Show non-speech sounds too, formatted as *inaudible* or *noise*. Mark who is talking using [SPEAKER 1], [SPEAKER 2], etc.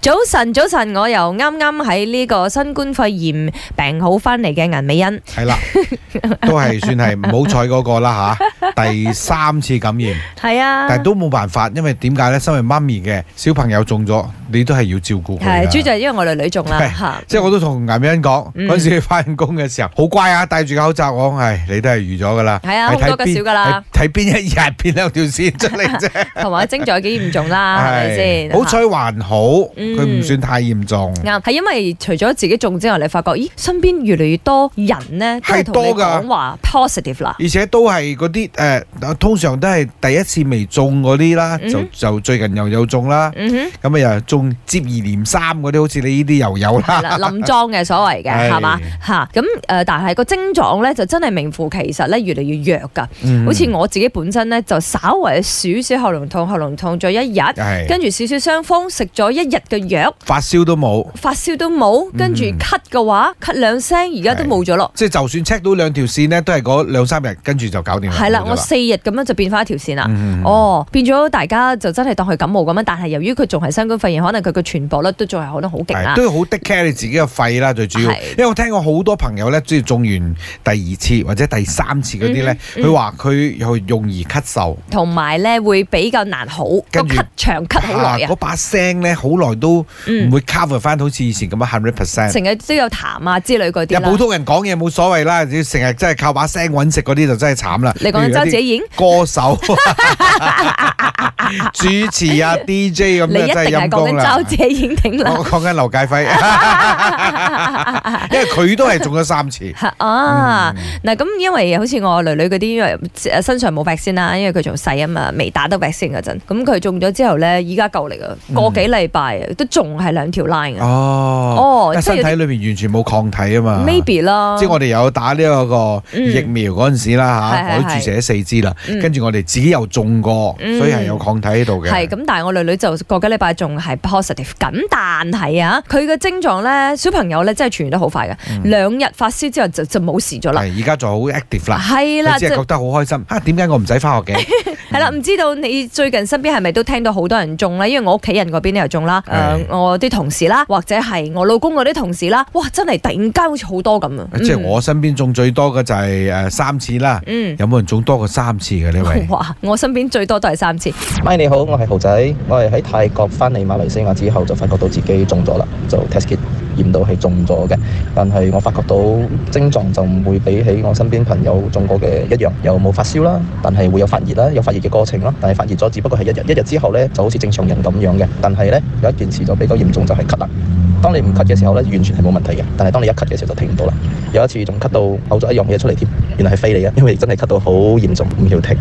[SPEAKER 1] 早晨，早晨，我由啱啱喺呢個新冠肺炎病好翻嚟嘅銀美欣，
[SPEAKER 2] 系
[SPEAKER 1] *laughs*
[SPEAKER 2] 啦，都係算係唔好彩嗰個啦吓，第三次感染，
[SPEAKER 1] 係啊，
[SPEAKER 2] 但系都冇辦法，因為點解呢？身為媽咪嘅小朋友中咗，你都係要照顧佢
[SPEAKER 1] 係主
[SPEAKER 2] 㗎。
[SPEAKER 1] 就係因為我哋女中啦
[SPEAKER 2] 係
[SPEAKER 1] 嚇，
[SPEAKER 2] 即係我都同顏美欣講，
[SPEAKER 1] 嗯
[SPEAKER 2] 嗰陣時翻工嘅時候，好乖啊，戴住個口罩，我講唉，你都係預咗㗎啦。
[SPEAKER 1] 係啊
[SPEAKER 2] 係睇
[SPEAKER 1] 好多嘅
[SPEAKER 2] 邊
[SPEAKER 1] 少㗎啦，
[SPEAKER 2] 係睇邊一日變兩條線出嚟
[SPEAKER 1] *laughs*
[SPEAKER 2] 啫。
[SPEAKER 1] 同埋症狀幾嚴重啊啦，
[SPEAKER 2] *laughs*
[SPEAKER 1] 係咪
[SPEAKER 2] 係
[SPEAKER 1] 先？
[SPEAKER 2] 好彩還好，
[SPEAKER 1] 嗯
[SPEAKER 2] 佢唔算太嚴重。
[SPEAKER 1] 啱，係因為除咗自己中之外，你發覺咦，身邊越嚟越多人呢，都係
[SPEAKER 2] 係
[SPEAKER 1] 同你
[SPEAKER 2] 多㗎
[SPEAKER 1] 講話 positive 啦，
[SPEAKER 2] 而且都係嗰啲誒，通常都係第一次未中嗰啲啦，
[SPEAKER 1] 嗯
[SPEAKER 2] 就就最近又有中啦，
[SPEAKER 1] 嗯
[SPEAKER 2] *laughs*
[SPEAKER 1] 哼。
[SPEAKER 2] 咁啊又中接二連三嗰啲，好似你呢啲又有啦。
[SPEAKER 1] 係啦，冧裝嘅所謂嘅
[SPEAKER 2] 係
[SPEAKER 1] 係嘛嚇，咁誒、呃但係個症狀咧就真係名副其實咧，越嚟越弱㗎。
[SPEAKER 2] 嗯
[SPEAKER 1] 好似我自己本身咧，就稍為少少喉嚨痛，喉嚨痛咗一日，
[SPEAKER 2] 係
[SPEAKER 1] 跟住少少傷風，食咗一日嘅藥，
[SPEAKER 2] 發燒都冇，
[SPEAKER 1] 發燒都冇，跟住
[SPEAKER 2] 嗯
[SPEAKER 1] 咳嘅話咳兩聲，而家都冇咗咯。
[SPEAKER 2] 即係就算 check 到兩條線呢，都係嗰兩三日，跟住就搞掂啦。
[SPEAKER 1] 係啦
[SPEAKER 2] 嗯冇，咗
[SPEAKER 1] 我四日咁樣就變翻一條線啦。
[SPEAKER 2] 嗯
[SPEAKER 1] 哦，變咗大家就真係當佢感冒咁樣，但係由於佢仲係新冠肺炎，可能佢嘅傳播率都仲係可能好勁啊啦
[SPEAKER 2] 係。都要好 take care 你自己嘅肺啦，最主要。
[SPEAKER 1] 係
[SPEAKER 2] 因為我聽過好多朋友咧，即係中完第二次或者第三次嗰啲咧，
[SPEAKER 1] 嗯哼
[SPEAKER 2] 佢話佢又容易咳嗽。
[SPEAKER 1] 同埋咧會比較難好，個
[SPEAKER 2] 跟住
[SPEAKER 1] 咳長咳好耐
[SPEAKER 2] 啊
[SPEAKER 1] 啊
[SPEAKER 2] 嗰，把聲咧好耐都
[SPEAKER 1] 嗯
[SPEAKER 2] 唔會 cover 翻好似以前咁樣 hundred percent。
[SPEAKER 1] 成日都有痰啊之類嗰
[SPEAKER 2] 有
[SPEAKER 1] 啲
[SPEAKER 2] 普
[SPEAKER 1] 啦。
[SPEAKER 2] 通人講嘢冇所謂啦，要成日真係靠把聲揾食嗰啲就真係慘啦。
[SPEAKER 1] 你講緊周子燕，
[SPEAKER 2] 歌手、主持
[SPEAKER 1] *laughs*
[SPEAKER 2] 啊、DJ 咁
[SPEAKER 1] 你一定
[SPEAKER 2] 樣真係
[SPEAKER 1] 係
[SPEAKER 2] 陰
[SPEAKER 1] 講
[SPEAKER 2] 公啦
[SPEAKER 1] 緊周。子燕定啦
[SPEAKER 2] 我。講緊劉介
[SPEAKER 1] *laughs*
[SPEAKER 2] 輝，因為佢都係中咗
[SPEAKER 1] *laughs*
[SPEAKER 2] 三次。嗯
[SPEAKER 1] 啊，嗱咁，因為好似我女女嗰啲，因為誒身上冇 v 先啦，因為佢仲細啊嘛，未打得 v 先嗰陣，咁佢中咗之後咧，依家夠力啊，
[SPEAKER 2] 嗯
[SPEAKER 1] 個幾禮拜啊，都仲係兩條 line 啊
[SPEAKER 2] 哦，
[SPEAKER 1] 哦，
[SPEAKER 2] 但
[SPEAKER 1] 即
[SPEAKER 2] 身
[SPEAKER 1] 係
[SPEAKER 2] 體裏面完全冇抗體啊嘛。
[SPEAKER 1] maybe 哦嗯啦，
[SPEAKER 2] 即係我哋有打呢一個疫苗嗰陣時
[SPEAKER 1] 嗯
[SPEAKER 2] 啦嚇，我都注射咗四支啦
[SPEAKER 1] 嗯，
[SPEAKER 2] 跟住我哋自己又中過，
[SPEAKER 1] 嗯
[SPEAKER 2] 所以係有抗體喺度嘅。
[SPEAKER 1] 係咁，但係我女女就個幾禮拜仲係 positive，咁但係啊，佢嘅症狀咧，小朋友咧真係傳染得好快嘅，
[SPEAKER 2] 嗯
[SPEAKER 1] 兩日發燒之後就就冇事咗啦，
[SPEAKER 2] 係而家就好 active 啦，
[SPEAKER 1] 係啦，
[SPEAKER 2] 佢只
[SPEAKER 1] 就
[SPEAKER 2] 係覺得好開心。啊，點解我唔使
[SPEAKER 1] *laughs*
[SPEAKER 2] 翻學嘅？
[SPEAKER 1] 係啦，唔知道你最近身邊係咪都聽到好多人中咧？因為我屋企人嗰邊又中啦，誒、
[SPEAKER 2] 係
[SPEAKER 1] 我啲同事啦，或者係我老公嗰啲同事啦，哇，真係突然間好似好多咁啊！
[SPEAKER 2] 即係我身邊中最多嘅就係誒三次啦。
[SPEAKER 1] 嗯，
[SPEAKER 2] 有冇人中多過三次嘅呢位
[SPEAKER 1] 嗯？ *laughs* 哇，我身邊最多都係三次，
[SPEAKER 3] 咪你好，我係豪仔，我係喺泰國翻嚟馬來西亞之後就發覺到自己中咗啦，就 test kit 驗到係中咗嘅，但係我發覺到症狀就唔會比起我身邊朋友中過嘅一樣，又冇發燒啦，但係會有發熱啦，有發熱嘅過程啦，但係發熱咗只不過係一日，一日之後呢就好似正常人咁樣嘅，但係呢，有一件事就比較嚴重就係咳啦，當你唔咳嘅時候呢，完全係冇問題嘅，但係當你一咳嘅時候就停唔到啦，啊有一次仲咳到嘔咗一樣嘢出嚟添，原來係飛嚟嘅，因為真係咳到好嚴重，唔要停。